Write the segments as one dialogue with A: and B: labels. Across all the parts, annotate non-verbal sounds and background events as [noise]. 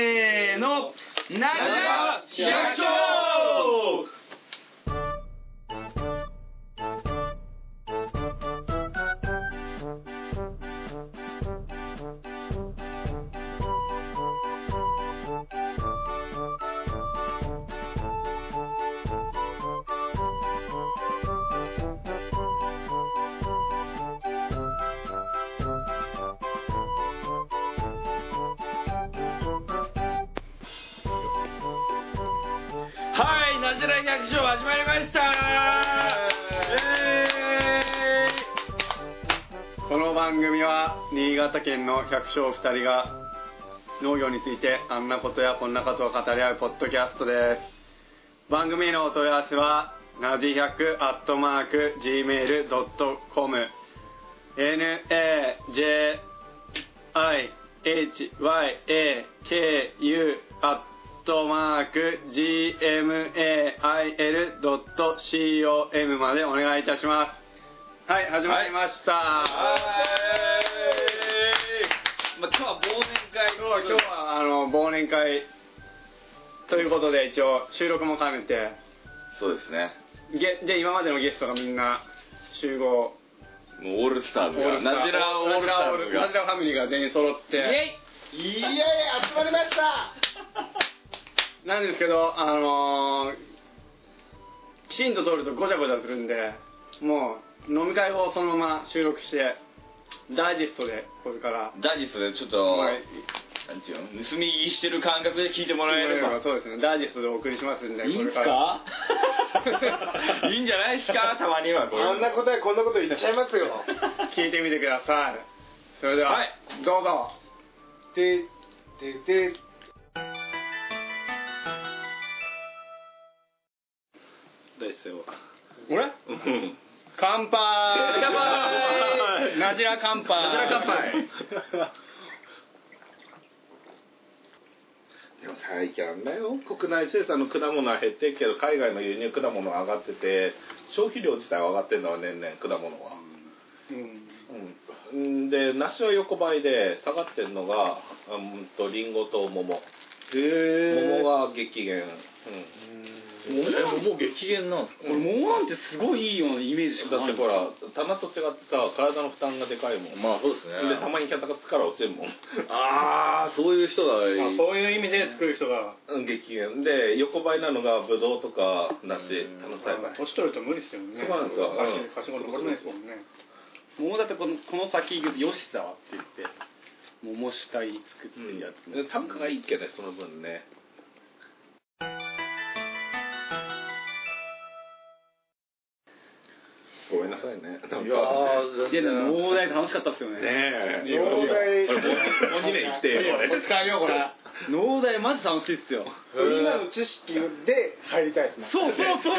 A: ーの長屋市役所はいなじら百姓始まりましたえ
B: この番組は新潟県の百姓2人が農業についてあんなことやこんなことを語り合うポッドキャストです番組へのお問い合わせはなじ100アットマーク Gmail.com najihyakaku アットマーク gmail.com までお願いいたしますはい始まりました、
A: ーまあ今日は忘年会
B: 今日は今日はあの忘年会ということで一応収録も兼ねて
C: そうですね。
B: ゲで今までのゲストがみんな集合
C: もうオールスター
B: オ
C: ズが、ナジラオールスタ
B: ナジラオー
C: ーズ
B: ルナジ
C: が、
B: ラファミリーが全員揃って
D: いえいえ集まりました
B: なんですけどあのー、きちんと撮るとごちゃごちゃするんでもう飲み会をそのまま収録してダイジェストでこれから
C: ダイジェストでちょっと、
B: はい
C: なんていうの、盗み聞きしてる感覚で聞いてもらえれば。
B: そうですねダイジェストでお送りしますんで
C: いいんす
B: これら
C: かいいんじゃないですかたまにはこれ。
D: あんなことやこんなこと言っちゃいますよ
B: [laughs] 聞いてみてくださいそれでは、
C: はい
B: どうぞ
D: ででで
C: 大丈夫。
B: 俺
C: うん。
B: 乾杯
C: 乾杯
B: ナジラ乾
C: ナ
B: 杯
C: ジラ乾杯
E: でも最近あんだよ国内生産の果物は減ってるけど海外の輸入果物は上がってて消費量自体は上がってんだわ年々果物は、
B: うん
E: うん、で梨は横ばいで下がってんのがうんとリンゴと桃桃が激減、うん、
C: もう激減なんですか
B: 俺桃なんてすごいいいようなイメージしか
E: だ
B: な
E: っ
B: い
E: てほら棚と違ってさ体の負担がでかいもん、
C: まあそうです
E: でたまに脚立から落ちるもん
C: ああ、そういう人がいい。
B: あそういう意味で作る人が
E: うん激減で横ばいなのがブドウとか梨
C: うん
E: 棚栽培
B: 年取ると無理ですよね
E: そうなんですよ
B: 足
E: うん
B: 足元もないですもんね桃だってこのこの先行くと吉沢って言って桃主体作ってるやつ
E: うん単価がいいっけねその分ねごめんなさいねなんか
C: いやー、
B: で農大楽しかったですよね
E: ねえ
D: 農大
E: 俺もう2年生きてよ俺
B: 使うよこれ農大マジ楽しいっすよ
D: 今の知識で入りたいですね
B: そうそうそうそ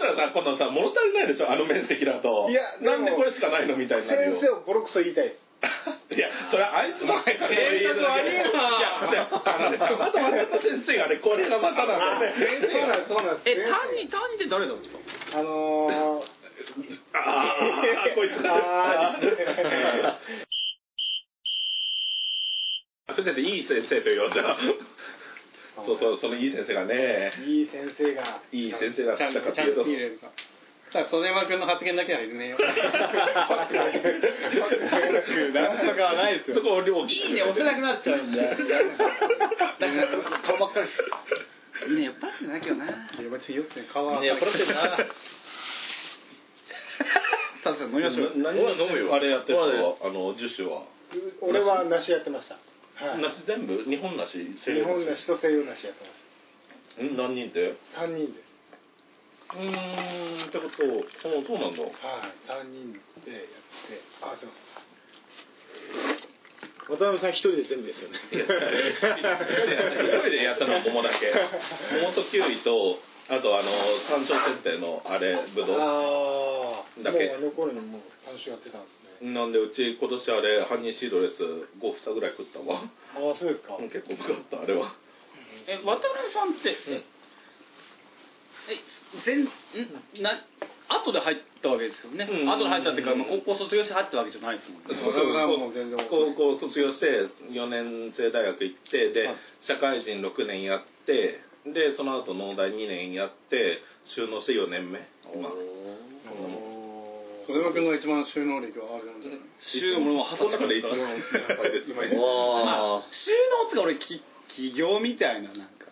B: うそう
E: そうしたらさ今度さ物足りないでしょあの面積だと
D: いやでも
E: なんでこれしかないのみたいになるよ
D: 先生をボロクソ言いたいです
E: [laughs] いや、それはあいつの前から言えるだけで
B: えー悪いな
E: や、違うあのね、またまた先生がね、これがまたなんだよね。
D: そうなんですそうなんです
A: え単に単にって誰なんですか
D: あのー
E: あー、こいつ。
D: あ
E: 先生っていい先生とよ、じゃあ。そうそう、そのいい先生がね、
D: ーいい先生が
E: いい先生だっ
B: ちゃ
E: た
B: んと
E: かっ
B: ち
E: て
B: ゃ
E: い
B: ん
E: うと
B: と手。入れるかさあ曽根山君の発言だけは入れねえよなんとかはないですよ
E: そこを料金。
A: いいね押せなくなっちゃうんだよ
B: 顔ばっかりして
A: いいね酔っ払ってんだけどな
B: やばいちょっと酔ってね顔は
C: ね酔っ払ってるな
B: さあ飲みましょう
E: な何
C: ほら飲むよ
E: あれやってる
C: ほら
E: のあの、樹種は。
D: 俺は梨やってましたはい
E: 梨全部日本梨
D: 日本梨と西洋梨やってまし
E: ん何人で
D: た3人です
E: うーん、ってこと、そうそうなんだ。
D: はい3人でやってあすいません渡辺さん一人で全部ですよね
E: いや違う一人でやったのは桃だけ桃とキウイとあとあの山椒設定のあれぶどう
D: ああ
E: だ
D: だけ
E: け
D: もうあの頃にもう監修やってたんですね
E: なんでうち今年あれハニーシードレス5房ぐらい食ったわ
D: ああそうですか
E: 結構うまかったあれは
A: え渡辺さんって、
E: うん
A: え全んな会っ後で入ったわけですよね、
E: うん
A: 後で入ったっていうか、まあ、高校卒業して入ったわけじゃないですもんね
E: そう
F: そ
E: そう
F: れはも
E: こ
F: う全然
E: う高校卒業して4年生大学行ってで
A: はい
E: 社会人6年やってでその後農大2年やって収納して4年目今そんなもん
F: それ君の一番収納歴はあるなんじゃない
A: 収納も
E: この中で一番 [laughs]
A: ま
E: やっぱりですね
A: あ
C: わあ
A: [laughs] 収納っていうか俺き起業みたいななんか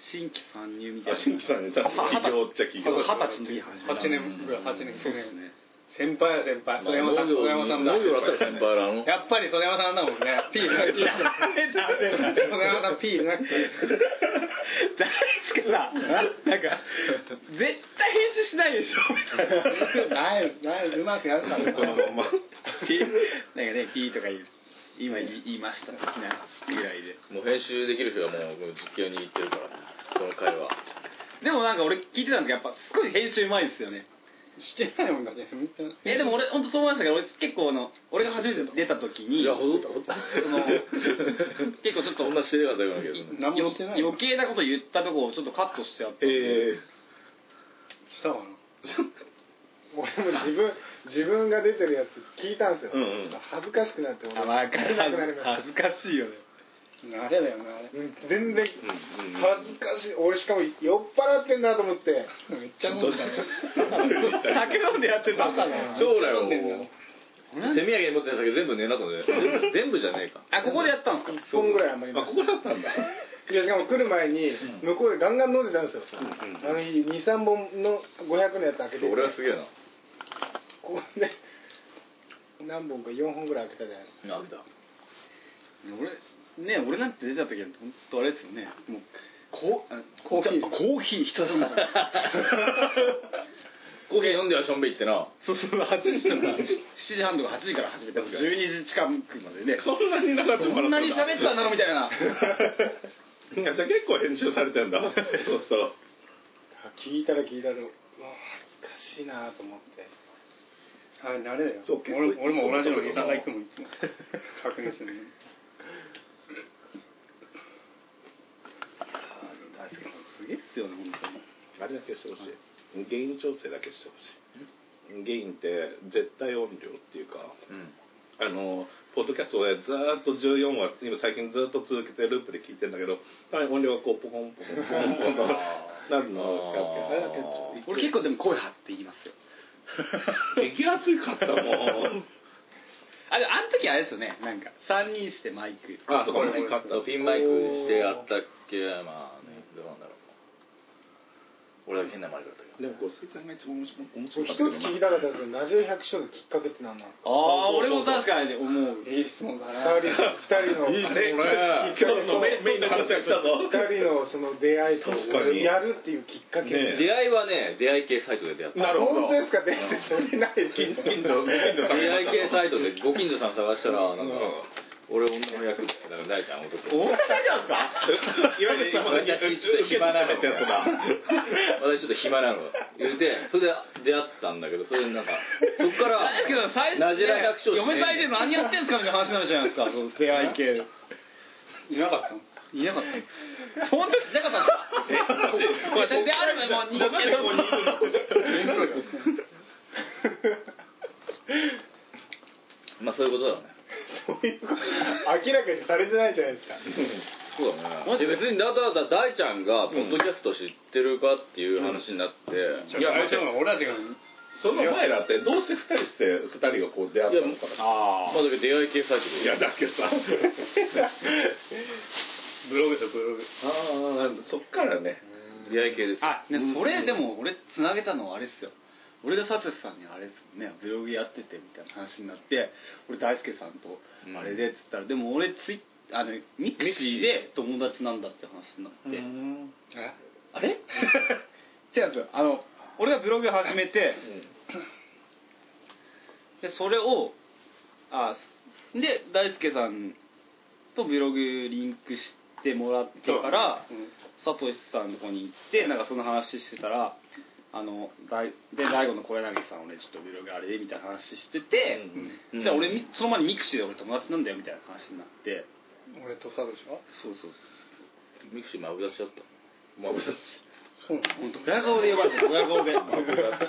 A: 新規参入みたいな
E: 新規さんに確
A: [laughs]
E: かに企業っちゃ企
A: 二
E: 業
A: 十歳の時に始めた
F: 8年ぐらい8年
A: そう
F: 9
A: です
F: 年
A: ね
F: 先輩や先輩
C: 農
F: 曽山さん
C: 業
F: 曽山さんだ
C: 農業だったら先輩なの
F: やっぱり曽山さんだもんね P なくて曽山さん P なくて
A: 大輔さんなんか絶対編集しないでしょみたい
F: [laughs]
A: な
F: ないないうまくやるからこのまま
A: ピなんかねピーとか言う今言い言いました的なぐらいで
C: もう編集できる人はもう実況に行ってるからこの会話
A: でもなんか俺聞いてたんですけどやっぱすごい編集うまいですよね
F: してないもんだね本当に
A: えでも俺本当そう思いましたけど俺結構あの俺が初めて出た時に
C: いやほどほど
A: その結構ちょっ
C: そ
A: と
C: んな知れなかったようなけど
F: 何もしてない
A: 余計なこと言ったとこをちょっとカットしてやって、
E: え
F: したわな
B: 俺も自分自分が出てるやつ聞いたんですよ、
E: うんうん
B: 恥ずかしくなって
A: あ
B: 俺
A: わか
B: 出
A: る
B: なくなりました
A: 恥ずかしいよね
F: 慣れだよなあれ
B: うん全然
E: うんうん
B: 恥ずかしい俺しかも酔っ払ってんだと思って
F: めっちゃ飲んだね
A: 酒飲んでやってた
F: バカだよ
C: そうだよ
F: 飲んでんだ
C: 手土産に持ってた酒全部狙ったんだよ全部全部じゃねえか
A: あここでやったんですか
B: 1本ぐらい余りま
E: あ
B: し
E: ここだったんだ
B: たいやしかも来る前に向こうでガンガン飲んでたんですよ、
E: ん
B: あの日23本の500のやつ開けて
C: 俺はすげえな
B: ここで何本か4本ぐらい開けたじゃないですか
C: なんだ
A: 俺ね俺なんて出た時は本当あれですよねもうこうあ
B: コーヒー
A: コーヒー一つも
C: コーヒー飲んではしょんべいってな
A: そうそう8時から7時半とか8時から始めて12時近くまでね
E: そんなに長く
A: こんなに喋ったんだろみたいな
E: いやじゃあ結構編集されてんだそうそう
B: 聞いたら聞いたらうわ恥ずかしいなと思って
F: あれ慣れだよ
E: そう結構
F: 俺も俺も同じのに叩いてもいつも確認するね
A: 確かにすげえっすよね本当に
E: あれだけしてほしいゲイン調整だけしてほしいゲインって絶対音量っていうか
C: うん
E: あのポッドキャストでずーっと14話今最近ずーっと続けてループで聞いてんだけどたまに音量がこうポコンポコンポコンポコンとなるのがあれだけちょっと
A: 俺結構でも声張って言いますよ
E: 激熱いかったも
A: あ
E: ん
A: でもあの時あれですよねなんか3人してマイク
E: あそこに買った
C: ピンマイクしてやったっけまあねどうなんだろう俺は変なマイクだったけど
E: でもこう水産が一番面白面
B: そ
E: 白
B: う一
E: か
B: つ聞
E: った
B: きたかったんですけどラジオ百姓のきっかけって何なんです
A: あ
B: か
A: あ俺も確かに思う
F: いい質問だ
B: 二
F: な
B: 人二人の
E: いいね
B: 二人
E: 今日のメメインの話が来たぞ
B: 二人のその出会いと
E: 確かに
B: やるっていうきっかけ、
E: ね
C: 出会いはね出会い系サイトで出会った
E: なるほど
B: 本当ですか出会いってそれないですよ
E: 近近所ご近所さん
C: 出会い系サイトでご近所さん探したらなんか、
E: うん
C: 俺女の役だから大ちゃん男
A: 女なんですか
E: いわゆる今の
C: 私ちょっと暇なの
E: ってやつだ
C: 私ちょっと暇なの言うてそれで出会ったんだけどそれでなんかそっから
A: だけど最初
C: なじら百姓して
A: 嫁さんで何やってんすかみたいな話になるじゃないですかその出会い系
F: いなかったの
A: いなかったその時いなかったんですかこれであればもう人間
C: まあそういうことだね
B: そういうこと明らかにされてないじゃないですか
C: そうだねで別にだだだ大ちゃんがポッドキャスト知ってるかっていう話になって、い
F: いや
C: や
F: もちろん俺たちが
E: その前だってどうして二人して二人がこう出会ったのかな
A: あ
C: まあだけど出会い系サイトで
E: いやだけどさあ
F: ブログとブログ
E: あそっからね
C: 出会い系です
A: あねそれでも俺つなげたのはあれっすよ俺がサトシさんにあれですもんねブログやっててみたいな話になって俺大輔さんとあれでっつったら、でも俺ツイあのミクシーで友達なんだって話になって、
F: え
A: あれ [laughs]
F: 違うんですよあの
A: 俺がブログ始めて、でそれをあで大輔さんとブログリンクしてもらってからさとしさんのとこに行ってなんかその話してたらあのだいで大悟の小柳さんをねちょっとブログあれでみたいな話してて、
C: うん
A: で俺みその前にミクシーで俺友達なんだよみたいな話になって
F: 俺とサトシは
A: そうそう
C: ミクシーまぶだしだった
E: まぶだ
B: そう [laughs] なの
A: 裏顔で呼ばれてる裏顔で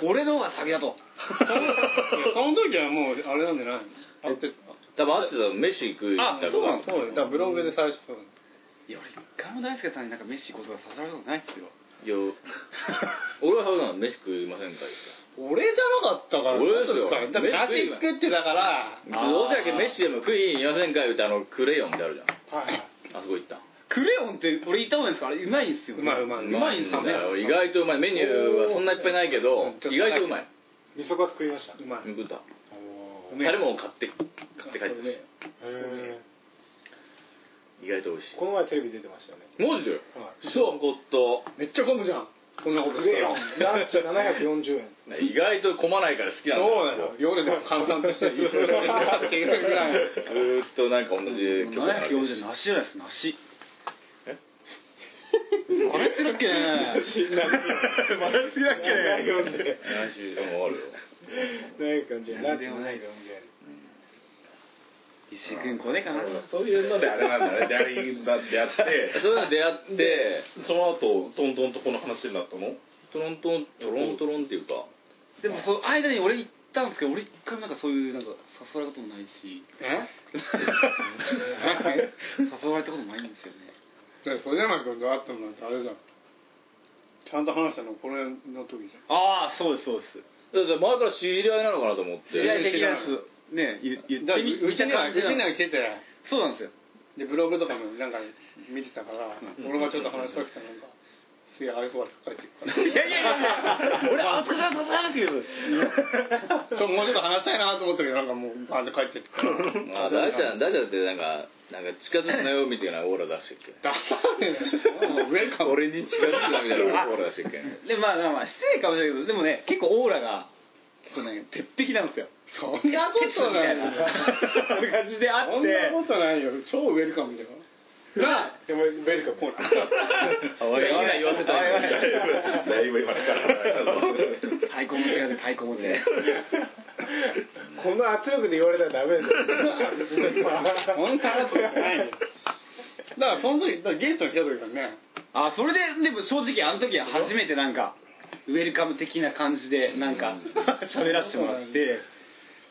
B: [laughs]
A: 俺の方が先だと
B: その時はもうあれなんじゃないあって
C: 多分あってたの飯食いに行
B: あ
C: っ
B: そ
C: た
B: うな
C: か
B: のそうだよだからブログで最初そうなの
A: いや俺一回も大輔さんになんかメッシことが刺されたことないっすよ
C: いや [laughs] 俺はそうなの飯食いませんか
B: 俺じゃなかったから
C: 俺ですよ
B: 確かにだから飯食ってたからはい
A: あー
C: どうせやけ飯でも食いに行きませんか言うてあのクレヨンであるじゃん
B: はい
C: あそこ行った
A: クレヨンって俺言ったことないんですからうまいんですよね
B: うまいうまいう
A: まいんですよね
C: だよ意外とうまいメニューはそんないっぱいないけど
B: おー
C: 意外とうまい
B: 味噌カツ食いましたうまい
C: うん食った
B: お
C: タレも買って買って帰って
B: へえ
C: 意外と美味し
B: この前テレビ出てましたよね
C: いマジで
B: は
C: そうこっ
B: めっちゃ混むじゃんこんなことしてランチ740円
C: と意外と混まないから好きなんだ
B: そうだよ夜でも閑散としていいっていうぐらい
C: ずーっとなんか同じ曲が
A: [laughs] 740円梨じゃないです梨えあれってだっけね [laughs]
B: まだ好きだっけ740
C: 来週でもあるよ
B: 円ランチ740円
A: 石井君これかな
E: そういうのであれなんだねダリーだってやって
C: そういうの出会って
E: その後トントンとこの話になったの
C: トロントントロントロンっていうか
A: でもその間に俺行ったんですけど俺一回もなんかそういうなんか誘われたこともない [laughs] し
B: え
A: 誘われたこともないんですよね
B: だから曽山君と会ったのなんてあれじゃんちゃんと話したのこれの時じゃん
A: ああそうですそうです
C: だって前から知り合いなのかなと思って
A: 知り合い的なやつね言言ってみ
B: うちにはうちには来てて
A: そうなんですよ
B: でブログとかもなんか見てたから、俺がちょっと話しかけたらなんかすげえ愛想悪く帰ってくから
A: いやいやいや俺あそこから誘われ [laughs] ます
B: ちょっともうちょっと話したいなと思ったけどなんかもうバーンって帰ってってから出
C: まあ大ちゃん大ちゃんってなんかなんか近づくなよみたいなオーラ出してっけ
B: さねえもう上かも
C: 俺に近づくなみたい
E: [laughs]
C: なオーラ出してっけ
A: けどでまあまあまあ失礼かもしれないけどでもね結構オーラが結構ね鉄壁なんですよ
B: そんなことないよ
A: そんな感じであって
B: そんなことないよ超ウェルカムだよなあでもウェルカムほら
C: あ俺今言わせたい
E: だいぶ今力が入ったぞ
A: 太鼓持ちがね太鼓
B: [laughs]
A: 持ちで
B: この圧力で言われたらダメだよ本当だないよだからその時だからゲストに来た時からね
A: あそれででも正直あの時は初めてなんかウェルカム的な感じでなんか喋らせてもらって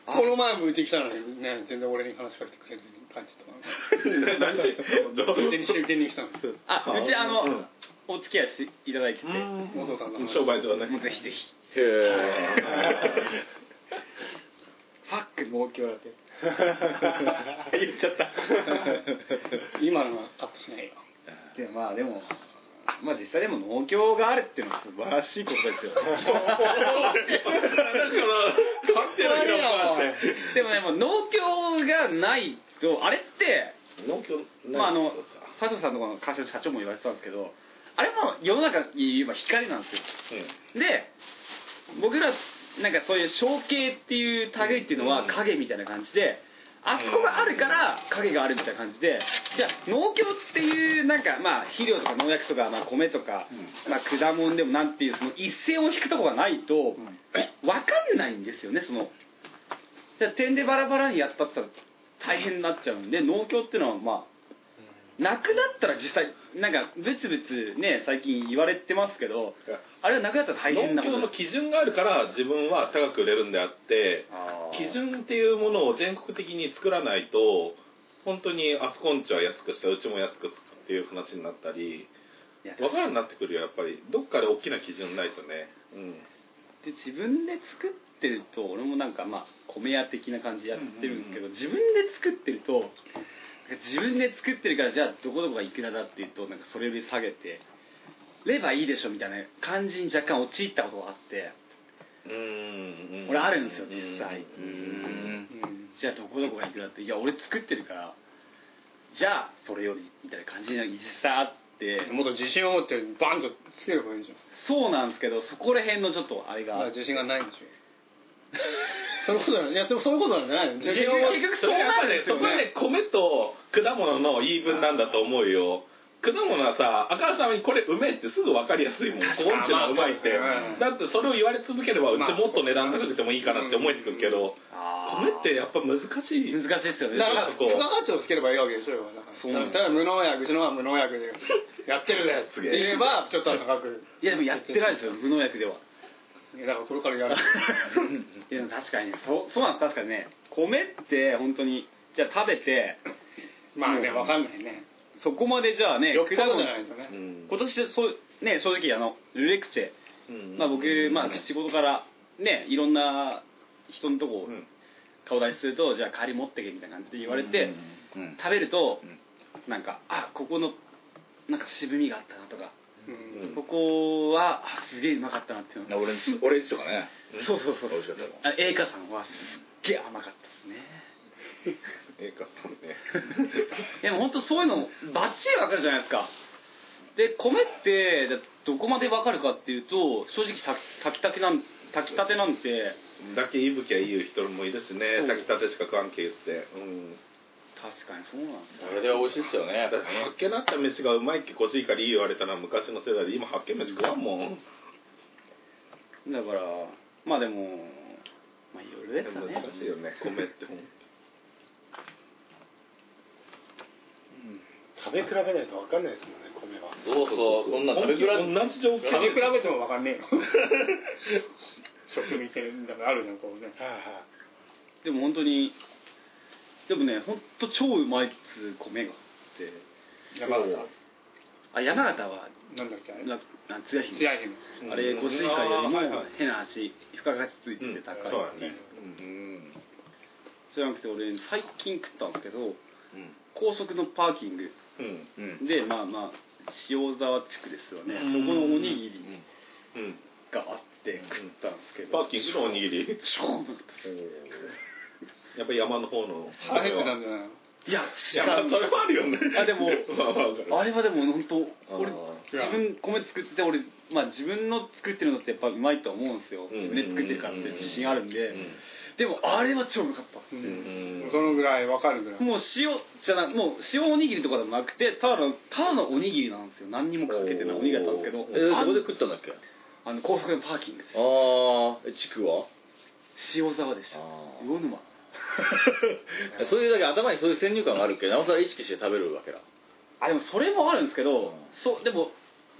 A: あ
B: この前もうち来たのにね全然俺に話しかけてくれずに帰っちゃ
E: 何し
B: ったからうちに集金に来たの
A: あうちあの、お付き合いしていただいてても
B: お父さんの話
E: 商売上ね
A: うぜひぜひ
C: へえ
A: ファック儲けられて言っ
E: [laughs]
A: ちゃった
B: [laughs] 今のはカットしないよ
A: でまあでもまあ実際でも農協があるっていうのは素晴らしいことですよね [laughs] でもねもう農協がないとあれって
E: 農協
A: まああの佐藤さんのとこの会社の社長も言われてたんですけどあれも世の中で言えば光なんですよで僕らなんかそういう象形っていう類っていうのは影みたいな感じであそこがあるから影があるみたいな感じでじゃあ農協っていうなんかまあ肥料とか農薬とかまあ米とかまあ果物でもなんていうその一線を引くとこがないと分かんないんですよねそのじゃあ点でバラバラにやったって言ったら大変になっちゃうんで農協っていうのはまあなくなったら実際なんかブツブツね最近言われてますけどあれがなくなったら大変な
E: 農
A: こと
E: 協
A: だ
E: の基準があるから自分は高く売れるんであって基準っていうものを全国的に作らないと本当にあそこんちは安くしたうちも安くするっていう話になったり
A: いや
E: 分からんなってくるよやっぱりどっかで大きな基準ないとね、
A: で自分で作ってると俺もなんかまあ米屋的な感じでやってるんですけど、自分で作ってると自分で作ってるからじゃあどこどこがいくらだっていうとなんかそれより下げてればいいでしょみたいな感じに若干陥ったことがあって
E: うん、うん
A: 俺あるんですよ実際
E: う
C: うん
E: ん
B: うん
A: じゃあどこどこがいくらっていや俺作ってるからじゃあそれよりみたいな感じに実際あって
B: もっと自信を持ってバンとつければいいじゃん
A: そうなんですけどそこら辺のちょっとあれ
B: ま
A: が
B: だ自信がないんでしょ [laughs] そういうことだよねいやでもそういうことなんじゃないの自信を持って
A: 結局
E: [laughs] そ
A: そう
E: れやっ
A: な
E: ぱ
A: るん
E: ね
A: です
E: そ
A: よ
E: こは
A: ね
E: ね米と果物の言い分なんだと思うよ果物はさ赤さんにこれうめえってすぐ分かりやすいもんこんちのうまいって、
B: うん
E: だってそれを言われ続ければうちもっと値段高くてもいいかなって思えてくるけど、
A: あ
E: 米ってやっぱ難しい
A: 難しいですよね
B: だか
E: な
B: ら
E: んか
B: 付
E: こう
B: 加価値をつければいいわけでしょ要はだから
A: そうなんです
B: 例えば無農薬うちのは無農薬でやってるですって言えばちょっとは高く
A: いやでもやってないですよ無農薬では
B: だからこれからや [laughs] る
A: いや確かにねそうそうなんです確かにね米って本当にじゃあ食べて
B: まあねわかんないね
A: そこまでじゃあね
B: よっぽどじゃ
A: 果
B: な
A: 物
B: いですよね
E: うん
A: 今年そうね正直あのルレクチェ
E: うん
A: まあ、僕、まあ、仕事からねいろんな人のとこ
E: うん
A: 顔出しすると、じゃあ帰り持ってけみたいな感じで言われて、
C: うんうん
A: 食べると、なんかあここのなんか渋みがあったなとか、
B: うん
A: ここはあすげえうまかったなっていうのが、
C: 俺んち俺んちとかね
A: そうそうそう
C: 美味しかったよ
A: あ栄華さんはすっげえ甘かったですね
C: ええかそうね
A: でも本当そういうのバッチリ分かるじゃないですかで米ってじゃあどこまで分かるかっていうと正直炊き炊きたてなん炊きたてなんて
E: だけ息吹はいい人もいるしね
A: そう
E: 炊きたてしか食わんけ言ってうん
A: 確かにそうなんですよ
C: あれで美味しいっすよね
E: だって発見なった飯がうまいって欲しいからいい言われたら昔の世代で今発見飯食わんもん
A: だからまあでもまあいろいろですよね
E: 難しいよね米ってほん
B: 食べ比べないとわかんないですもんね米は
C: そうそうそんな食べ比べ
E: 本気同じ条件
B: 食べ比べてもわかんねえよ食味系だからあるじゃんこうね
A: でも本当にでもね本当超うまいっつう米があって
B: 山形
A: あ山形は
B: なんだっけあれ
A: ななんつや姫
B: 血合い姫
E: うん
A: あれコシヒカリよりも
E: あーはいはい
A: 変な話付加価値ついて
E: うん
A: て高い
E: そうだ
A: っていう
E: ね
C: うん
A: じゃなくて俺最近食ったんですけど
C: うん
A: 高速のパーキング
E: うん
C: うん
A: でまあまあ塩沢地区ですよね
E: うん
A: そこのおにぎり
E: うん
A: があって食ったんですけど
E: パーキングのおにぎり
A: 超うまかったで
E: やっぱり山の方の
B: あれってなんじゃないの
A: すいや
E: いやまあそれもあるよね
A: あでも
E: [laughs] まあまあわかる
A: あれはでも本当俺
C: あー
A: 自分米作ってて俺、まあ、自分の作ってるのってやっぱうまいと思うんですよ
E: うん
A: 自分で作ってるからって自信あるんで、
E: うん
A: でもあれは超うまかった
E: ん
B: うんそのぐらいわかるぐらい
A: もう塩じゃなもう塩おにぎりとかでもなくてただのただのおにぎりなんですよ何にもかけてないおにぎりだったんですけど
C: えー
A: あ
C: どこで食ったんだっけ
A: あの高速のパーキングで
C: ああ地区は
A: す塩沢でした
C: あー
A: 魚沼
E: [laughs]
C: そういうだけ頭にそういう先入観があるけどなおさら意識して食べるわけだ
A: あでもそれもあるんですけ
C: う
A: ど、
C: ん
A: そうでも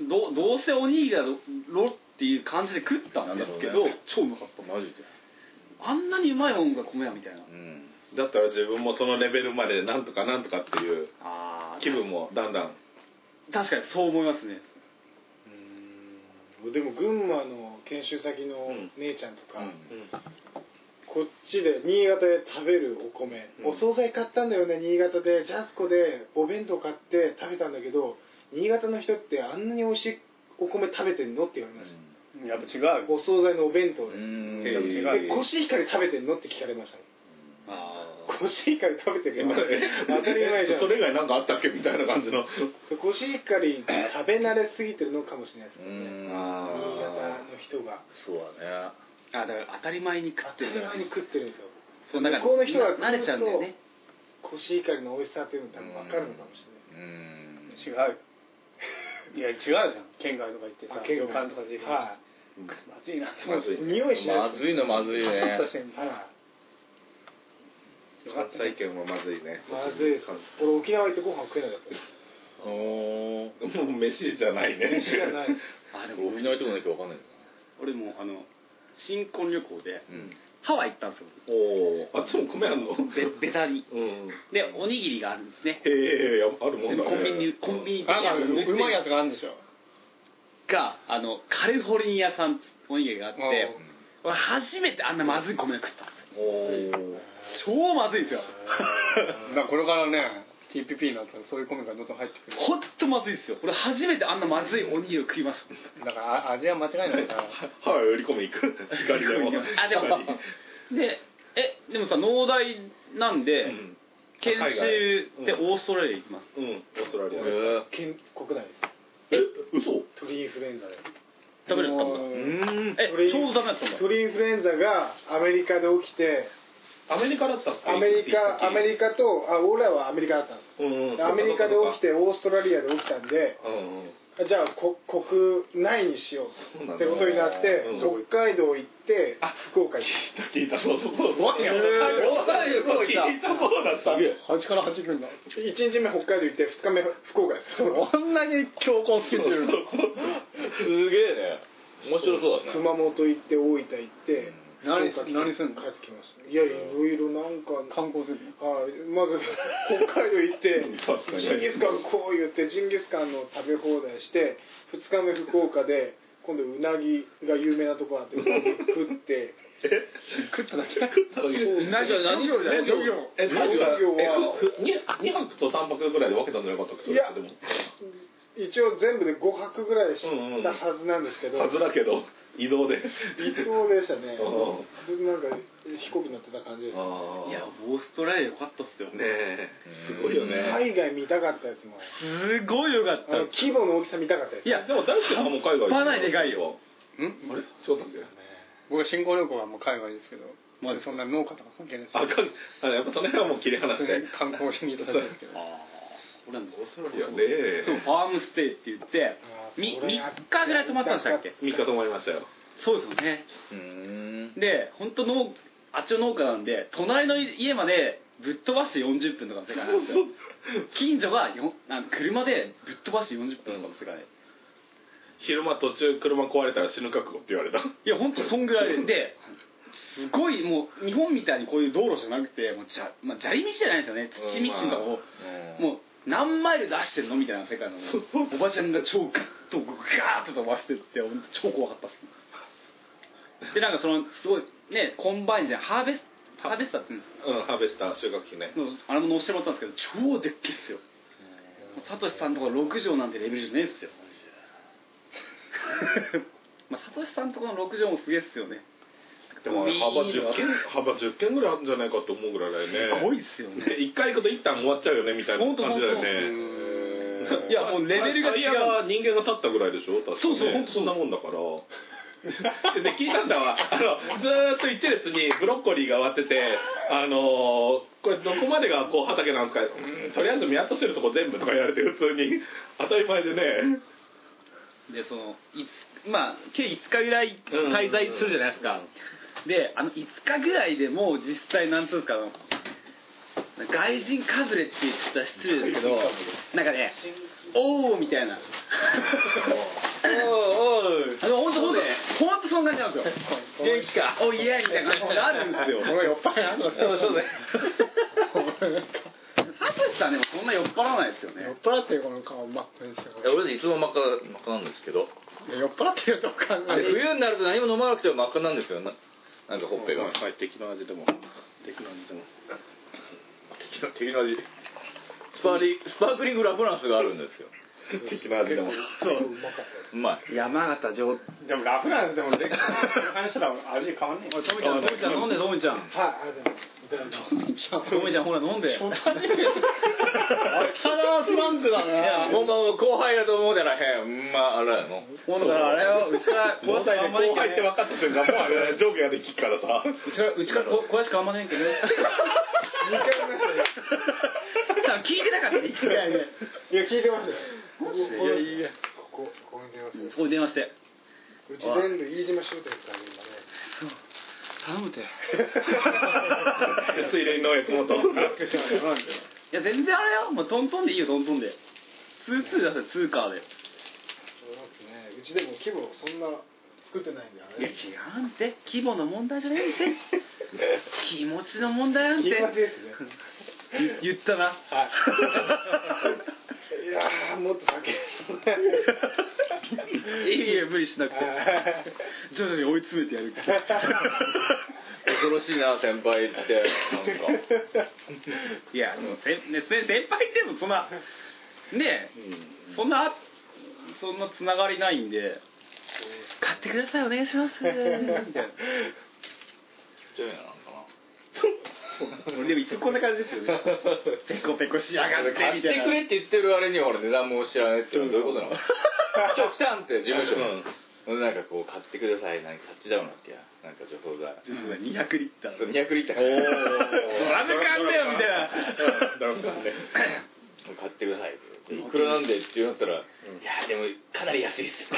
A: どどうせおにぎりだろっていう感じで食ったんですけ
C: なる
A: ど
C: ほどね
A: 超うまかった
C: マジで
A: あんなにうまいもんが米やみたいな
C: うん
E: だったら自分もそのレベルまでなんとかなんとかっていう
A: あー
E: 気分もだんだん
A: 確かにそう思いますね
G: うんでも群馬の研修先の姉ちゃんとか、こっちで新潟で食べるお米、
E: うん
G: お惣菜買ったんだよね新潟でジャスコでお弁当買って食べたんだけど新潟の人ってあんなに美味しいお米食べてんのって言われました、
B: やっぱ違うよ
G: お惣菜のお弁当
C: う
G: で、
C: ん
B: えー
G: えコシヒカリ食べてんのって聞かれましたねコシヒカリ食べてるよ当たり前じゃ
E: [laughs]
G: ん
E: それ以外なんかあったっけみたいな感じの
G: コシヒカリ食べ慣れすぎてるのかもしれないですけ
C: う
G: どね
C: ん
G: 新潟の人が
C: そうだね
A: あだから当たり前に食って
G: 当たり
A: る
G: 前に食ってるんですよ
A: そうなんか
G: 向こうの人が来ると
A: 慣れちゃうんだよね
G: コシヒカリの美味しさっていうの多分分かるのかもしれない
C: うん
B: 違うよ [laughs] いや違うじゃん県外とか行ってさ
G: あ
B: 旅
G: 結構
B: 館とかで行く
G: は
B: まずいなと思
E: ま
B: って
E: ずい
G: い匂いしない
C: まずいのまずいね
B: カッとしてんの
G: は
B: よかっ
E: 関
B: た
E: 西
B: ね
E: 圏はまずいね
G: いまずいです俺沖縄行ってご飯食えなかったです
C: おー
E: もう飯じゃないね
G: 知らないです
A: あでも
C: 沖縄行ったことないけど分かんない
A: 俺もあの新婚旅行で
C: うん
A: ハワイ行ったんですよ
E: おおあっちも米あんの
A: べベタに
E: [laughs] うん
A: でおにぎりがあるんですね
E: へえやあるも
A: で
E: んだね
A: コンビニコンビニ
B: あなんかうまいや
A: つ
B: つがあるんでしょ
A: があのカリフォルニア産おにぎりがあって
B: うん
A: 俺初めてあんなまずい米食ったんです
E: おお
A: よ超まずいですよ
B: だからこれからね TPP になったらそういうコメントがどんどん入ってくる
A: ほんとまずいですよ俺初めてあんなまずいおにぎりを食いました
B: だからあ味は間違いない [laughs] から
E: ハワイ売り込み行く光でも
A: あでもでえでもさ農大なんで、
E: うん
A: 研修でオーストラリア行きます、
E: うんオーストラリアえ
C: え
G: 県国内です
E: 嘘
G: 鳥インフルエンザで
A: ダメだったんだ
G: もう
E: うん
A: えちょうどダメだったんだ
G: 鳥インフルエンザがアメリカで起きて
E: アメリカだったっけ
G: アメリカアメ
E: リ
G: リカとあ俺らはアメリカだったんですよ
E: カ、うんうん、
G: アメリカで起き
E: て
G: てオーストラリアで起きたんで
E: うんうん
G: あじゃあこ国内にしよ
E: うなんだ
G: うってことになって
E: うん
G: 北海道行って福岡行っ
E: 聞いたそうそうそうそうや聞いたそうだった
B: 端から端くんだ
G: て1日目北海道行って2日目福岡ですよ
B: こんなに強行スケジュール
E: そうそう
C: すげえね面白そうだね
G: 熊本行って大分行って
B: 何
G: 福岡来て
B: 何すんの
G: 帰ってきましたいやいろいろなんか
B: 観光する
G: はいまず北海道行って
E: 確かに
G: ジンギスカンこう言ってジンギスカンの食べ放題して2日目福岡で今度うなぎが有名なとこあってうなぎ食って
B: 食っただけ
A: 何じゃ何料理だ
G: 漁業
E: え
G: 漁
E: マジか
G: 業は
E: 2泊と3泊ぐらいで分けたんじゃなかったっけそれってでも
G: 一応全部で5泊ぐらいしたはずなんですけど
E: はずだけど移動で
G: 一方でしたね
E: うん
G: ずっとなんか飛行機乗ってた感じです
E: あ
A: いやオーストラリア良かったっすよ
E: ねえすごいよね
G: 海外見たかったですもん
A: すごい良かっ
G: あの
A: た
G: 規模の大きさ見たかったです
A: いや
E: でも大輔さんも海外
A: 半端ないでかいよ
E: あれそうだっけ
B: 僕新婚旅行はもう海外ですけど、
A: まあ
B: そんな農家とか関係ないです
E: あかんあやっぱその辺はもう切り離して
B: 観光しに行っただけですけど
A: あー俺なんか
E: オーストラリアね
A: そうファームステイって言って
G: あーそれ
A: み3日ぐらい泊まったんでしたっけ
E: 3日泊まりましたよ
A: そうですよね
C: うーん
A: で本当農あっちの農家なんで隣の家までぶっ飛ばして40分とかの世界なんですよ近所がよあの車でぶっ飛ばして40分とかの世界
E: 昼間途中車壊れたら死ぬ覚悟って言われた
A: いや本当そんぐらいでですごいもう日本みたいにこういう道路じゃなくてもうじゃ、まあ、砂利道じゃないんですよね土道のを、もう何マイル出してんのみたいな世界なのおばちゃんが超ガッとガーッと飛ばしてって本当超怖かったっすでなんかそのすごいねコンバインじゃないハーベスハーベスターって言うんです
E: うんハーベスター収穫機
A: け
E: ね
A: どあれも乗せてもらったんですけど超でっけえっすよサトシさんとこ6畳なんてレベルじゃねえっすよ [laughs] まあサトシさんとこの6畳もすげえっすよね
E: でもあれ幅10件幅10件ぐらいあるんじゃないかと思うぐらいだよ
A: すご
E: ね
A: いっすよね
E: ね [laughs] 一回行くと一旦終わっちゃうよねみたいな感じだよね
A: [laughs] いやもうレベルが違
E: タイヤ
A: う
E: は人間が立ったぐらいでしょ確かね
A: そうそう本当
E: そんなもんだから [laughs] で聞いたんだわあのずーっと一列にブロッコリーが割っててあのーこれどこまでがこう畑なんですかうんとりあえず見渡せるとこ全部とかやれて普通に当たり前でね
A: でそのいつまあ計5日ぐらい滞在するじゃないですかであの5日ぐらいでもう実際なんつうんですかあの外人かぶれって言ったら失礼ですけどなんかねおおみたいな [laughs] おおおお本当本当本当そんな感じなんですよ元気かおいえみたいな感じになるんですよ
B: 俺酔っ払いなとか
A: そうそうねサトシさんでもそんな酔っ払わないですよね
B: 酔っ払ってるこの顔真っ赤にしてこ
C: いや俺ねいつも真っ赤真っ赤なんですけど
B: れ酔っ払ってると考
C: で
B: える
C: 冬になると何も飲まなくても真っ赤なんですよななんかほっぺが
E: い敵の味でも敵の味でも
C: 敵の [laughs] 敵の味スパーリスパークリングラフランスがあるんですよ
E: 敵の味でも
G: うまかっ
C: うまい
A: 山形上
B: でもラフランスでもレッカーにしたら味変わんねえ
A: おいトミちゃんトミちゃん飲んでトミちゃん
G: たはいありがとうございますいただきます
A: トミちゃんほら飲んで [laughs]
B: ただフランスだね
C: もうもう後輩だと思うじゃないうんまああれやの
A: ほんだからあれようちから
E: 後
A: 詳しくあんまり
E: 輩って分かった瞬間もうあ
B: [laughs]
E: れ上下ができっからさ
A: うちからうちからこ詳しくあんまねえけどね
G: 2回言いましたね
A: 多分聞 [laughs] いてなかったね一回ね
G: いや聞いてましたよここ
A: いやいや
G: ここここに電話する
A: そこに電話して
G: うち全部飯島商店ですからね今ね
A: 頼む [laughs] てい
E: ついでに農薬もと
A: や全然あれよもうトントンでいいよトントンでツーツー出せツーカーでい
G: そうですねうちでも規模そんな作ってないんであ
A: や違
G: れ
A: うんて規模の問題じゃない [laughs] んて気持ちの問題なん
G: 気
A: て
G: 持ちですね
A: 言 [laughs] 言ったな
G: はいやーもっと酒
A: [laughs] いいや無理しなくて徐々に追い詰めてやる
C: 恐ろしいな先輩ってなんか
A: [laughs] いやでもせ、ね、せ先輩でもそんなねえそんなそんなつながりないんで買ってくださいお願いします [laughs] みたい
C: ち
A: な
C: ょいなのかな
A: 俺でもいつもこんな感じですよねペコペコしやがってみた
C: 買
A: い
C: って
A: な
C: くれって言ってるあれにはほら値段も知らないっていうのはどういうことなの今日来たんって事務所にうほんでなんかこう買ってくださいなんかタッチダウンだっけななんか除草剤
A: 200リッター
C: そう200リッター買
A: ラム缶だよみたいな
C: ってくださいっていくらなんでってなったら、いやでもかなり安いっす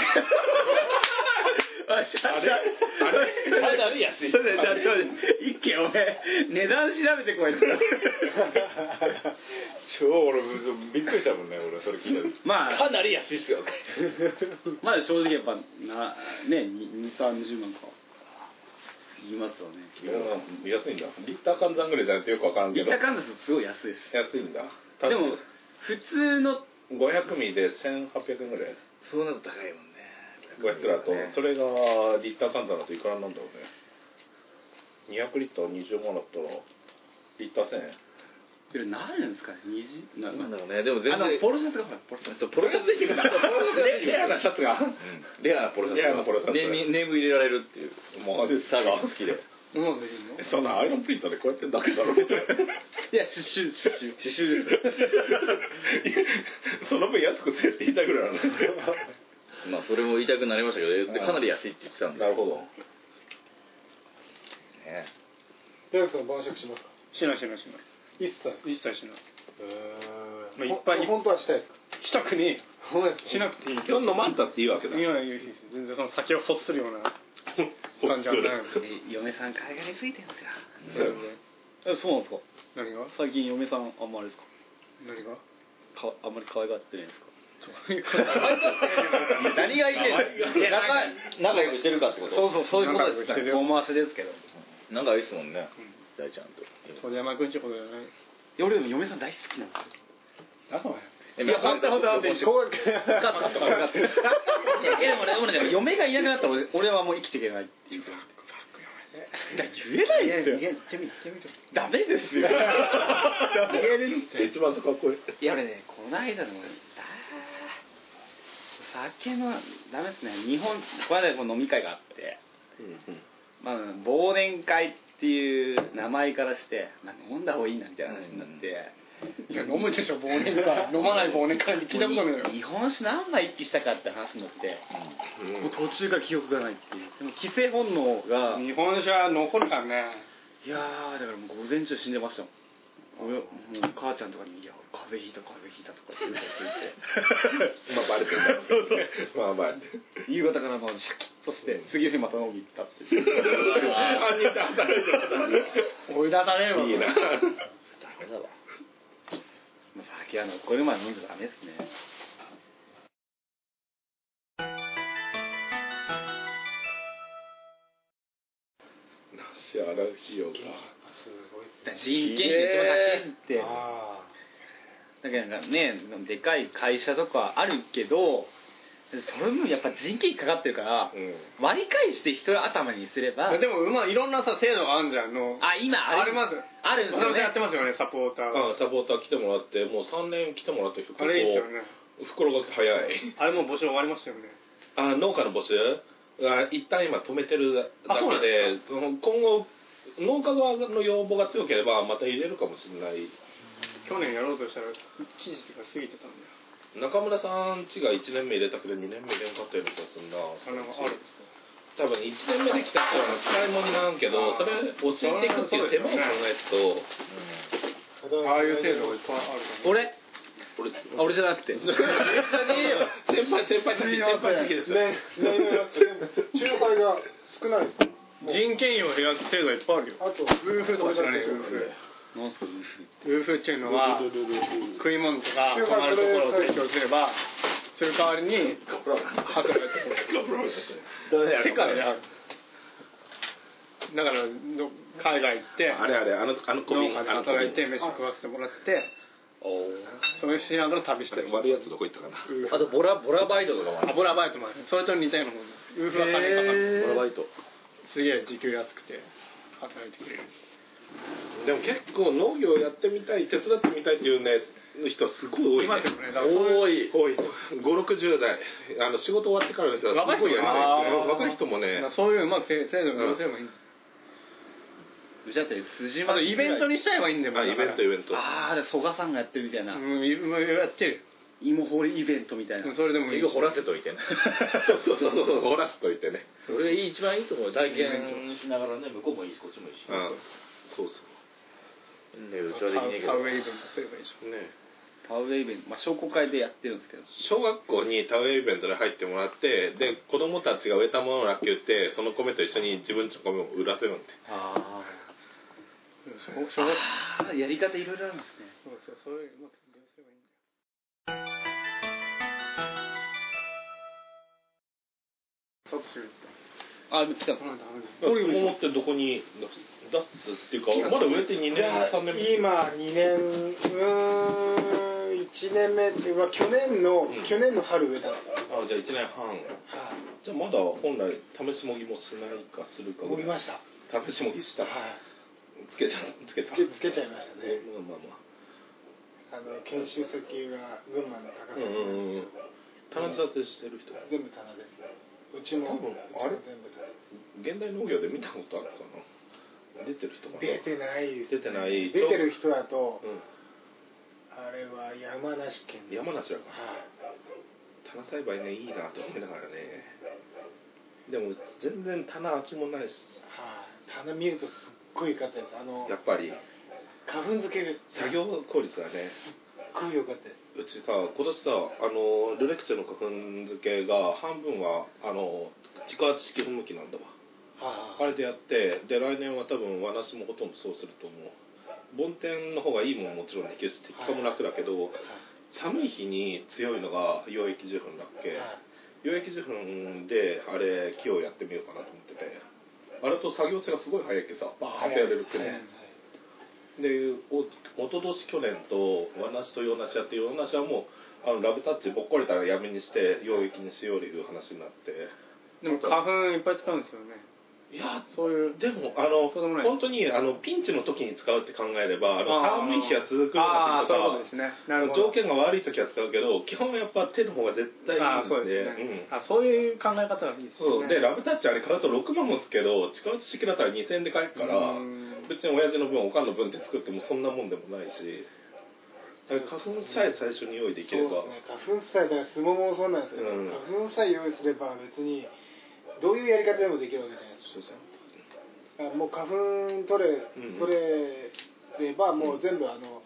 C: かなり安いっす
A: それじゃあちょっと待って一軒お前値段調べてこ [laughs] いって
C: 超俺びっくりしたもんね俺それ聞いた時
A: まあ
C: かなり安いっすよ
A: まだ正直やっぱなね2 3 0万か言いますよね
E: うん安いんだリッター換算ぐらいじゃないとよくわからんけ
A: リッ
E: ど
A: ター換算すごい安いです
E: 安いんだ
A: でも普通の
E: 500ミリで1800円ぐらい
C: そうなると高いもんね
E: 500だとそれがリッター換算だといくらなんだろうね200リッター20万だったらリッター1000円
A: いやなるんですかね20な
C: なんだろうねでも全
A: あの
C: 然
A: ポロシャツがほらポロシャツ
C: そうポロシャツできるからレレアなシャツがレアなポロシャツ
E: レアなポロシャツ
C: ネームネーム入れられるっていう
E: マジっす
C: 差が好きで
G: なんでいいの
E: えそんなアイロンプリンターでこうやってんだけだろ
A: いやシュッシュッシュッ
C: 刺繍です
E: その分安くせって言いたくなる
C: まあそれも言いたくなりましたけどでかなり安いって言ってたんで
E: なるほど
C: ね
G: 大学さん晩酌しますか
A: しないしないしない
G: 一切
A: 一切しないまあ
G: ま
A: いっぱい
G: 本当はしたいですか
A: したくね
G: ほんまです
A: えしなくていい
E: 今日飲まんたっていいわけだ
B: いやいやいや全然その酒を欲するような感じはない
A: 嫁さん海外についてるんですよ
B: そうだよね
A: えそうなんですか
B: 何が
A: 最近嫁さんあんまりですか
B: 何が
A: かあんまり可愛がってないです [laughs] か
C: 何がいけ
A: いやなんか
C: 仲仲良くしてるかってこ
A: そ
C: と
A: うそうそういうことです
B: なんかしてるよ
A: 遠回しですけどい
C: 仲良いっすもんね大ちゃんと
B: 鳥山くんちほどじゃない
A: や俺でも嫁さん大好きなんですよ
C: いや本当本当本当に
A: カットカットカット [laughs] カットいやでも俺俺ね嫁がいなくなったら俺俺はもう生きていけないっていうだから言えないですよダメですよ言える
E: 一番そこはこう
A: いや俺ねこの間のだ酒のダメですね日本この間こう飲み会があって、まあ、忘年会っていう名前からして、まあ、飲んだ方がいいなみたいな話になって、
B: いや飲むでしょ忘年会飲まない忘年会に聞いたことないよ
A: 日本酒何枚一気したかって話になって、もう途中から記憶がないっていうでも規制本能が、い
B: 日本酒は残るからね
A: やーだからもう午前中死んでましたもん俺もう母ちゃんとかに「いや風邪ひいた風邪ひいた」とか言うこと言って
E: まあバレてるんだけどまあバレてる
A: 夕方からもうシャキッとして次の日また飲み行ったって
E: あ兄ちゃん働いて
B: 追い出されるわ
E: いいな
C: ダメだわ
A: まあ酒はのこれまで飲んじゃダメですね
E: シャラフ仕様か
G: すごいっすね
A: 人件費一番高いって
G: あ
A: だけどなんかねでかい会社とかあるけどそれもやっぱ人件費かかってるから
E: うん
A: 割り返して一人頭にすれば
B: いやでもうまいいろんなさ制度があるじゃんの
A: あ今
B: あ
A: あ
B: り
A: れ
B: ます
A: あるん
B: そ
A: ですよ
B: れやっ
A: ね
B: てますよねサポーター
E: あ
B: は
E: サポーター来てもらってもう3年来てもらって
B: あれいいですよね
E: 袋が早い
B: あれもう募集終わりましたよね
E: あ農家の募集が一旦今止めてるだ
B: あそうなん
E: けでうん今後農家側の要望が強ければまた入れるかもしれない
B: 去年やろうとしたら期日が過ぎてたんだよ
E: 中村さんちが1年目入れたけど2年目入れなかったような気がするな
B: あなんかある
E: 多分1年目で来た人は使い物にならんけどそれ教えていくっていう手間を考える
G: ー
B: ああいう制度がいっぱいあるからね
A: 俺あ俺じゃなく
B: [laughs]
A: て
E: と先輩先輩先輩先輩先ですよ
G: ねねね仲介が少ないですよ
B: 人件費を減らす制度がいっぱいあるよ
G: あと
B: 夫婦とか知らない夫婦
A: なんすか
B: 夫婦っていうのは食い物とか
G: 就活
B: 泊まるところを提供すればそれ代わりに働く世界であるだからど海外行って
E: あれあれあのあのコ
B: 農
E: ミ
B: 家で働いて飯食わせてもらってそれしながら旅してる
E: 悪いやつどこ行ったかな
C: あとボラボラバイトとかもある
B: アボラバイトもあるそれと似たようなもんだ夫婦は金かかる
C: ボラバイト
B: すげえ時給安くて働いてくれる
E: でも結構農業やってみたい手伝ってみたいっていうね人すごい多い、
B: いますよ、
E: ね
B: ねだからそういう
C: 多い
E: 多い560代あの仕事終わってからの人はすごいやりたいですね若い人もね
B: そういううまく制度がどうすればいいんだ
A: うちだって筋
B: あ
A: ま
B: とイベントにしちゃえばいいんだよ
E: あイベントイベント
A: ああで曽我さんがやってるみたいな、
B: うん、やってる
A: 芋掘りイベントみたいな
F: それでもい
C: 結
F: い
C: 局掘らせといてね
E: そうそうそうそう [laughs] 掘らせといてね
C: それがいい一番いいところ体験
H: しながらね向こうもいいしこっちもいいし、
E: うんそうそう
C: でうちはできねえけ
F: 田
C: ど
F: 植えイベントすればいいじ
E: ねえ
A: 田植えイベントまあ商工会でやってるんですけど
E: 小学校に田植えイベントで入ってもらってで子供たちが植えたものを落球ってその米と一緒に自分ちの米を売らせるんで
H: あ
A: ああやり方いろいろあるんですね
F: ゃんサトシが言っ
A: あ来た
F: た
A: んです
F: この
A: か
F: 間話した
E: こういうものってどこに出すっていうかまだ植えて2
G: い
E: 年
G: や
E: 3年目
G: 今2年うーん1年目ってうわ去年の、
E: ん
G: 去年の春植えたんですよ
E: あじゃあ1年半じゃあまだ本来試しもぎもしないかするか
G: 思
E: ぐ
G: い
E: ら
G: ま
E: い
G: した
E: 試しもぎした
G: はい
E: つけちゃつけた
G: つけつけちゃいましたね
E: まあまあまあ
G: あの研修先が群馬の
E: う
G: 高崎
E: ん
G: なん
E: う
G: で
E: ん
G: す
E: うん棚立てしてる人
G: 全部棚ですうちも
E: 多分
G: うち
E: あれ
G: も全部棚です
E: 現代農業で見たことあるかな出てる人かな
G: 出てないで
E: 出
G: す
E: てない
G: 出てる人だ
E: う
G: とあれは山梨県
E: ん
G: で
E: 山梨だから
G: はい
E: 棚栽培ねいいなと思いながらねでも全然棚空きもないし
G: はい棚見るとすっごい良かったですあの
E: やっぱり
G: 花粉漬けがすっ
E: 作業効率がね
G: ごい良かったで
E: うち
G: す
E: さ今年さあのルレクチェの花粉漬けが半分はあの自家圧式噴霧器なんだわ
G: は
E: あ
G: い
E: れでやってで来年は多分和梨もほとんどそうすると思う梵天の方がいいもんもちろんできるし鉄火も楽だけど、寒い日に強いのが溶液受粉だっけ、溶液受粉であれ木をやってみようかなと思っててあれと作業性がすごい早いけさバーンってやれるってねでおおととし去年と和梨と洋梨やって洋梨はもうあのラブタッチぼっこりたらやめにして溶液にしようという話になって
F: でも花粉いっぱい使うんですよね
E: いや
F: そういう
E: でもあの
F: そうでもない
E: 本当にあのピンチの時に使うって考えればあの
F: あー
E: 寒い日は続くの
F: あ
E: か
F: あ
E: って
F: そう
E: い
F: いうこ
E: うことと
F: で
E: さ
F: すねなるほど
E: 条件が悪い時は使うけど基本やっぱ手の方が絶対いいんで
F: ああそうですね、
E: うん
F: あそういう考え方がいいですね
E: そうでラブタッチあれ買うと6万もつけど近打ち式だったら2000円で買えるから
F: うん
E: 別に親父の分おかんの分って作ってもそんなもんでもないしだから花粉さえ最初に用意できれば
G: そうですね花粉さえだから相撲もそうなんですけど、
E: うん
G: 花粉さえ用意すれば別にどういうやり方でもできるわけじゃないです
E: そうそう
G: かあもう花粉取れ
E: うん
G: 取れればもう全部あの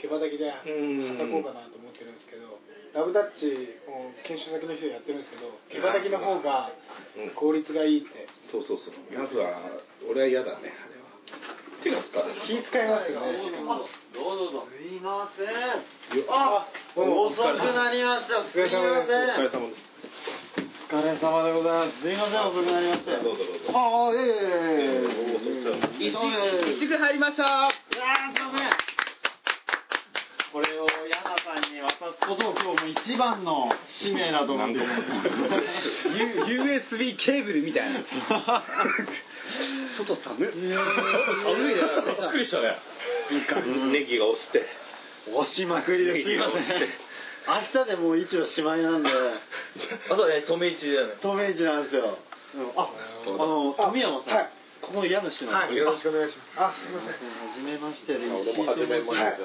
G: 毛羽だけで
E: ん
G: 叩こうかなと思ってるんですけど、ラブタッチを研修先の人でやってるんですけど毛羽だけの方が
E: うん
G: 効率がいいって
E: そうそうそうラブは俺は嫌だねあれは手が疲れる
G: 気使いますよねしかも
H: どうぞどうぞ
I: すいません
E: あ
G: どうも
I: 遅くなりましたすいません
E: お疲れ様です
I: お疲れ様でございますすいません遅くなりました
E: どうぞどうぞ
I: ああええ
E: おーそうそう
I: ええそうです
A: 石入りました
I: あーすいませんこれをヤナさんに渡すことを今日も一番の使命だと思ってる
A: [laughs] U- USB ケーブルみたいな外寒い寒いね
E: びっくりしたねネギが落ちて
I: 押しまくりですいません明日でもう一応しまいなんで [laughs]
C: あとはね染め市だよね
I: 透明地なんですようんああの富山さん、
G: はい
I: この家主の、
G: はいよろしくお願いしますあすいません
I: はじめましてで
E: 俺
I: 石
E: も
I: 井と
E: 初
I: 申し
E: め
I: ます
E: ましてだ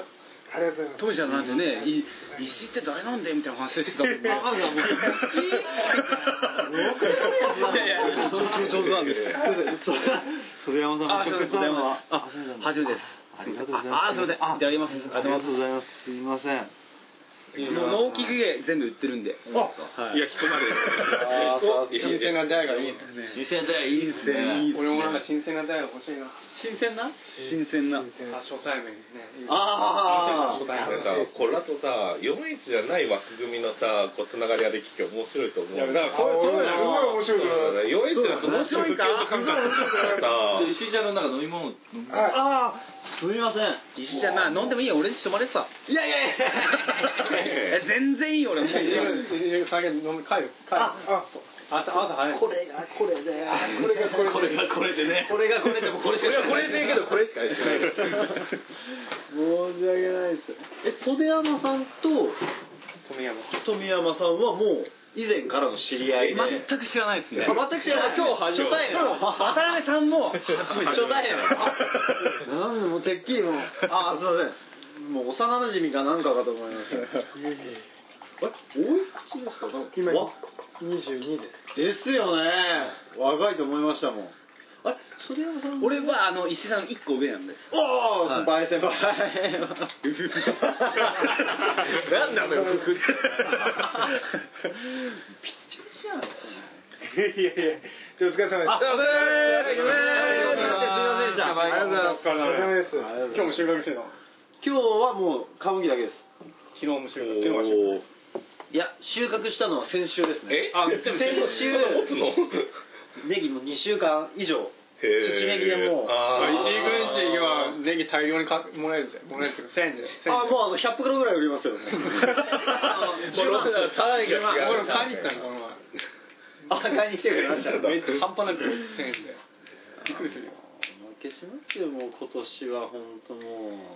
G: ありがとうございます
A: 当時はなんでねい石って誰なんだよみたいな話してたもんね
I: あまずはもう
A: 石いやいや上上手なんです
I: 袖山さん、
A: あすいません
I: んは
A: あ初めてです
I: ありがとうございます。
A: あすいませんいただきます
I: ありがとうございます。すいません。あ
A: もう農機具全部売ってるんで
E: いや人まで
F: 新鮮な出会いがいいですね
H: 新鮮でいいですね
F: 俺もなんか新鮮な出会いが欲しいな
A: 新鮮な新鮮な
F: あ初対面ですね
I: あ
F: 初対
E: あ
F: 面
E: のさこれだとさ41じゃない枠組みのさこうつながりができて面白いと思う
F: いやだからそういうそういうの
G: すごい面白いと思います
E: 41だともっと不況の感覚
H: で石井ちゃんのなんか飲み物飲み物
G: はい
I: すみません。
A: 石じゃな飲んでもいいよ俺に泊まれてさ
I: いやいやい
A: え全然いいよ俺もう
F: 酒飲む帰る帰る
G: あそう
F: 明日朝早い
I: や。これがこれで、
G: これがこれで
H: これがこれでね
I: これがこれでもこれしかない。
E: これでいいけどこれしかしない
A: [laughs]
I: 申し訳ないです。え、袖山さんと
F: 富山
I: 富山さんはもう以前からの知り合いで。
A: 全く知らないですね
I: あ、全く知らない。今日初対面。
A: 渡辺さんも
I: 初対面。なんでもうてっきりもう、あ、すみません。もう幼馴染かなんかかと思いました。
E: えおいくつですかなんか
G: 今
E: わ
G: 22です
I: ですよね若いと思いましたもん
E: あれそれはさん
A: 俺はあの石井さんの1個上なんです
I: おお、
A: はい
I: 先輩
A: [laughs]
I: 先輩何なのよふふって
B: いやいやじゃあお疲れ様です
I: あすいませんすいませんすいませんでした
B: ありがとうございます
I: ありがと
B: お疲れ様です
I: うございます
B: 今日も収穫してたの
I: 今日はもう歌舞伎だけです
B: 昨日も収穫昨日も収穫
I: いや収穫したのは先週ですね
E: えあでも
I: 先週
E: そんな持つのへ
I: ネギも2週間以上
E: え
I: 土ネギでもう
E: あー
B: 石井軍師はネギ大量にかもらえるぜもらえるけど1000円で
I: あもうあの100袋ぐらい売りますよね10万
E: 単位が違う
B: 俺も買いに行ったのこの前
I: あ買いに来てくれましたね
B: めっちゃ半端なく1000円でびっくりするよ
I: お負けしますよもう今年は本当も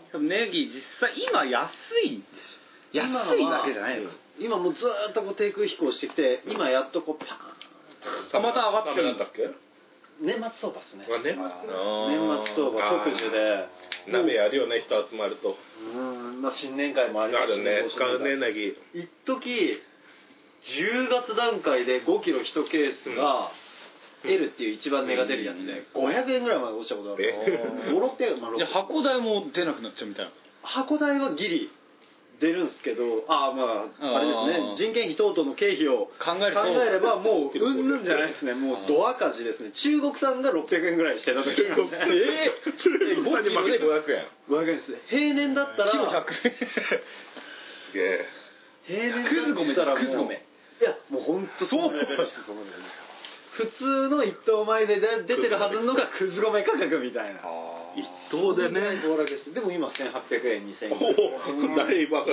I: う
A: でもネギ実際今安いんですよ
I: 今は
A: 安いわけじゃないの
I: 今もうずーっとこう低空飛行してきて今やっとこうパ
E: あまた上がってるんだっけ
I: ーン年末相場ですね
E: まあね
I: 年末相場特需で
E: 鍋やるよね人集まると
I: うんまあ新年会もあ
E: あ
I: りますし
E: るね
I: もう
E: 使うねなぎ
I: 一時10月段階で5キロ1ケースが、L っていう一番値が出るやつで500円ぐらいまで落ちたことある
E: え
I: 5600円まあ
A: じゃ
I: 600
A: あ箱代も出なくなっちゃうみたいな
I: 箱代はギリ出るんですけどああま
A: ああ
I: ああれですね人件費等々の経費を
A: 考えると
I: 考えればもううんぬんじゃないですねもうド赤字ですね中国産が600円ぐらいしてた時中国産ええ
E: 中国産に負けて500円
I: 500円ですね平年だったら
E: すげえ
I: 平年だったらもう
A: クズ米
I: いやもう本当そう普通の一等米で出てるはずのがくず米価格みたいな
E: 一等でね
I: 暴落してでも今1800円2000円
E: おおだいぶ上がって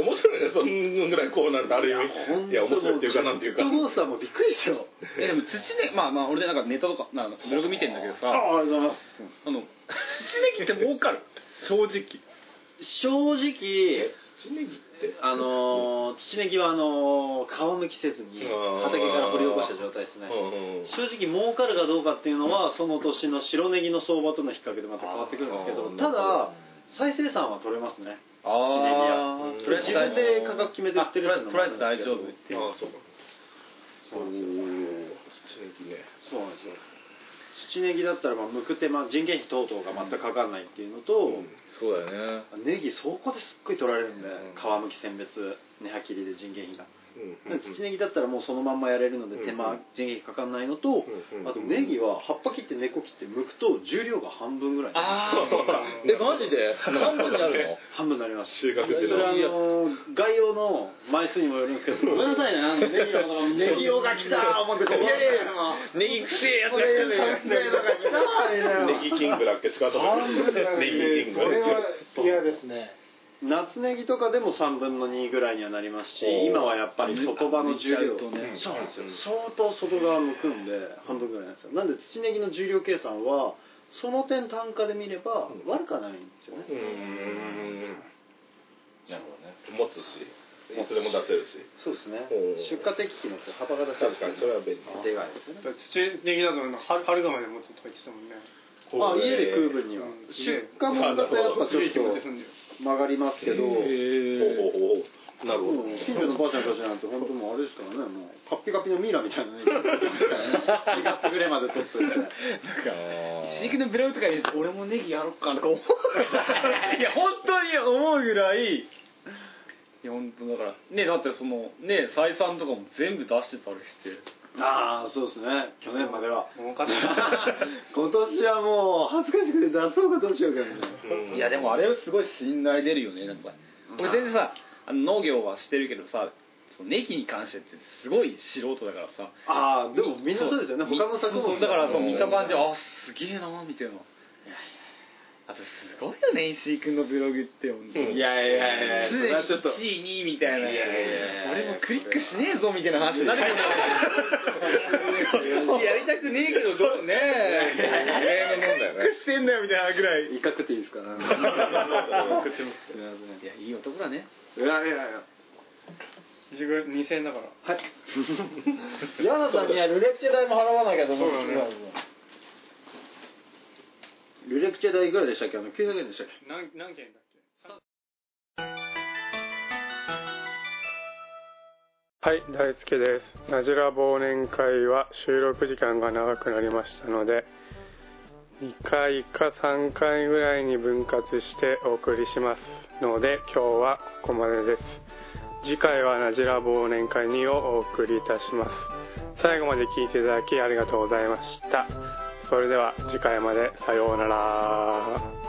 E: 面白いねそんぐらいこうなるとある意味いや面白いっていうかなんていうか
I: フットモンスターもびっくりしたよ
A: えでも土ねまあまあ俺でなんかネタとかなんかブログ見てんだけどさあ
I: ありがとうございま
A: の土ネギって儲かる正直
I: す正直
E: 土ネギって
I: あのー土ネギはあのー皮むきせずに畑から掘り起こした状態ですね
E: うんうん
I: 正直儲かるかどうかっていうのはその年の白ネギの相場との比較でまた変わってくるんですけど
E: あー
I: ただ再生産は取れますね
A: あ
E: ー
A: とりあえず
I: 自分で価格決めて売ってるっていうの
A: とりあえず大丈夫
I: も
E: ああそうかおお土ネギね
I: そうなんですよ土ネギだったらまあむく手間人件費等々が全くかかんないっていうのと、
C: そうだよね
I: ネギそこですっごい取られるんで、皮むき選別根刃切りで人件費が、
E: うんうん
I: 土ネギだったらもうそのまんまやれるので手間、
E: うん
I: 人件費かかんないのと、
E: うんうん
I: あとネギは葉っぱ切って根っこ切って剥くと重量が半分ぐらい
A: ああそうか
C: えマジで半分にな
A: [laughs]
C: るの
I: 半分になります
E: 収穫して
I: それあ
E: る
I: のー概要の枚数にもよるんですけどごめんなさいねあのネギをネギ用が来たー思ってこういやいやいや
A: ネギくせえやつ
I: これ3名のが来たーみたいな
E: ネギキングだっけ違ったネギキング
G: これは嫌ですね
I: 夏ネギとかでも3分の2ぐらいにはなりますし今はやっぱり外葉の重量
A: とね
I: そうなんですよ相当外側向くんで半分ぐらいなんですよなんで土ネギの重量計算はその点単価で見れば悪くはないんですよね
E: うーん
C: なるほどね
E: 持つしいつでも出せるし
I: そうですね
E: ほう
I: 出荷適期の幅が出せ
E: 確か
I: る
E: にそれは便利
I: でかいですよね
B: 土ネギだと春春釜で持ってとか言ってたもんね
I: あ家で食う分には
B: うん
I: 出荷もだとやっぱちょ
B: いい
I: っ
B: 気持ちす
I: と
B: んだよ
I: 曲がりますけど
E: ほうほうほうなるほど
I: もう近所のばあちゃんたちなんて本当もうあれですからねもうカッピカピのミイラみたいなね違ってくれまで取っといて
A: 地域のブログとかに俺もネギやろっかなとか思ういや本当に思うぐらいいや本当だからねだってそのね採算とかも全部出してたりして
I: ああそうですね去年までは
B: 儲かった
I: [laughs] 今年はもう恥ずかしくて出そうかどうしようかみたいな
E: うん
A: いやでもあれはすごい信頼出るよねなんか俺全然さあの農業はしてるけどさそのネギに関してってすごい素人だからさ
I: ああでもみんなそうですよね他の作
A: そう
I: 物
A: そうだからそう
I: うん
A: 見た感じあすげえなみたいなあとすごいよね石井君のブログって本当に
I: いやいやいやいや
A: 常に
I: それはちょっと
A: 1位2位みたいな俺もクリックしねえぞみたいな話になるよねやりたくねえけどどうねえクリックしてんだよみたいなぐらい
I: 威嚇っていいですかねすいま
A: いやいい男だね
I: せんいやいやいや
B: 石井軍2000円だから
I: はいヤナさんにはルレクチェ代も払わなきゃと思うんですけどルレクチェ代いくらでしたっけあの900円でしたっけ
B: 何何件だっけはい、大輔です。ナジラ忘年会は収録時間が長くなりましたので、2回か3回ぐらいに分割してお送りしますので、今日はここまでです。次回はナジラ忘年会2をお送りいたします。最後まで聞いていただきありがとうございました。それでは次回までさようなら。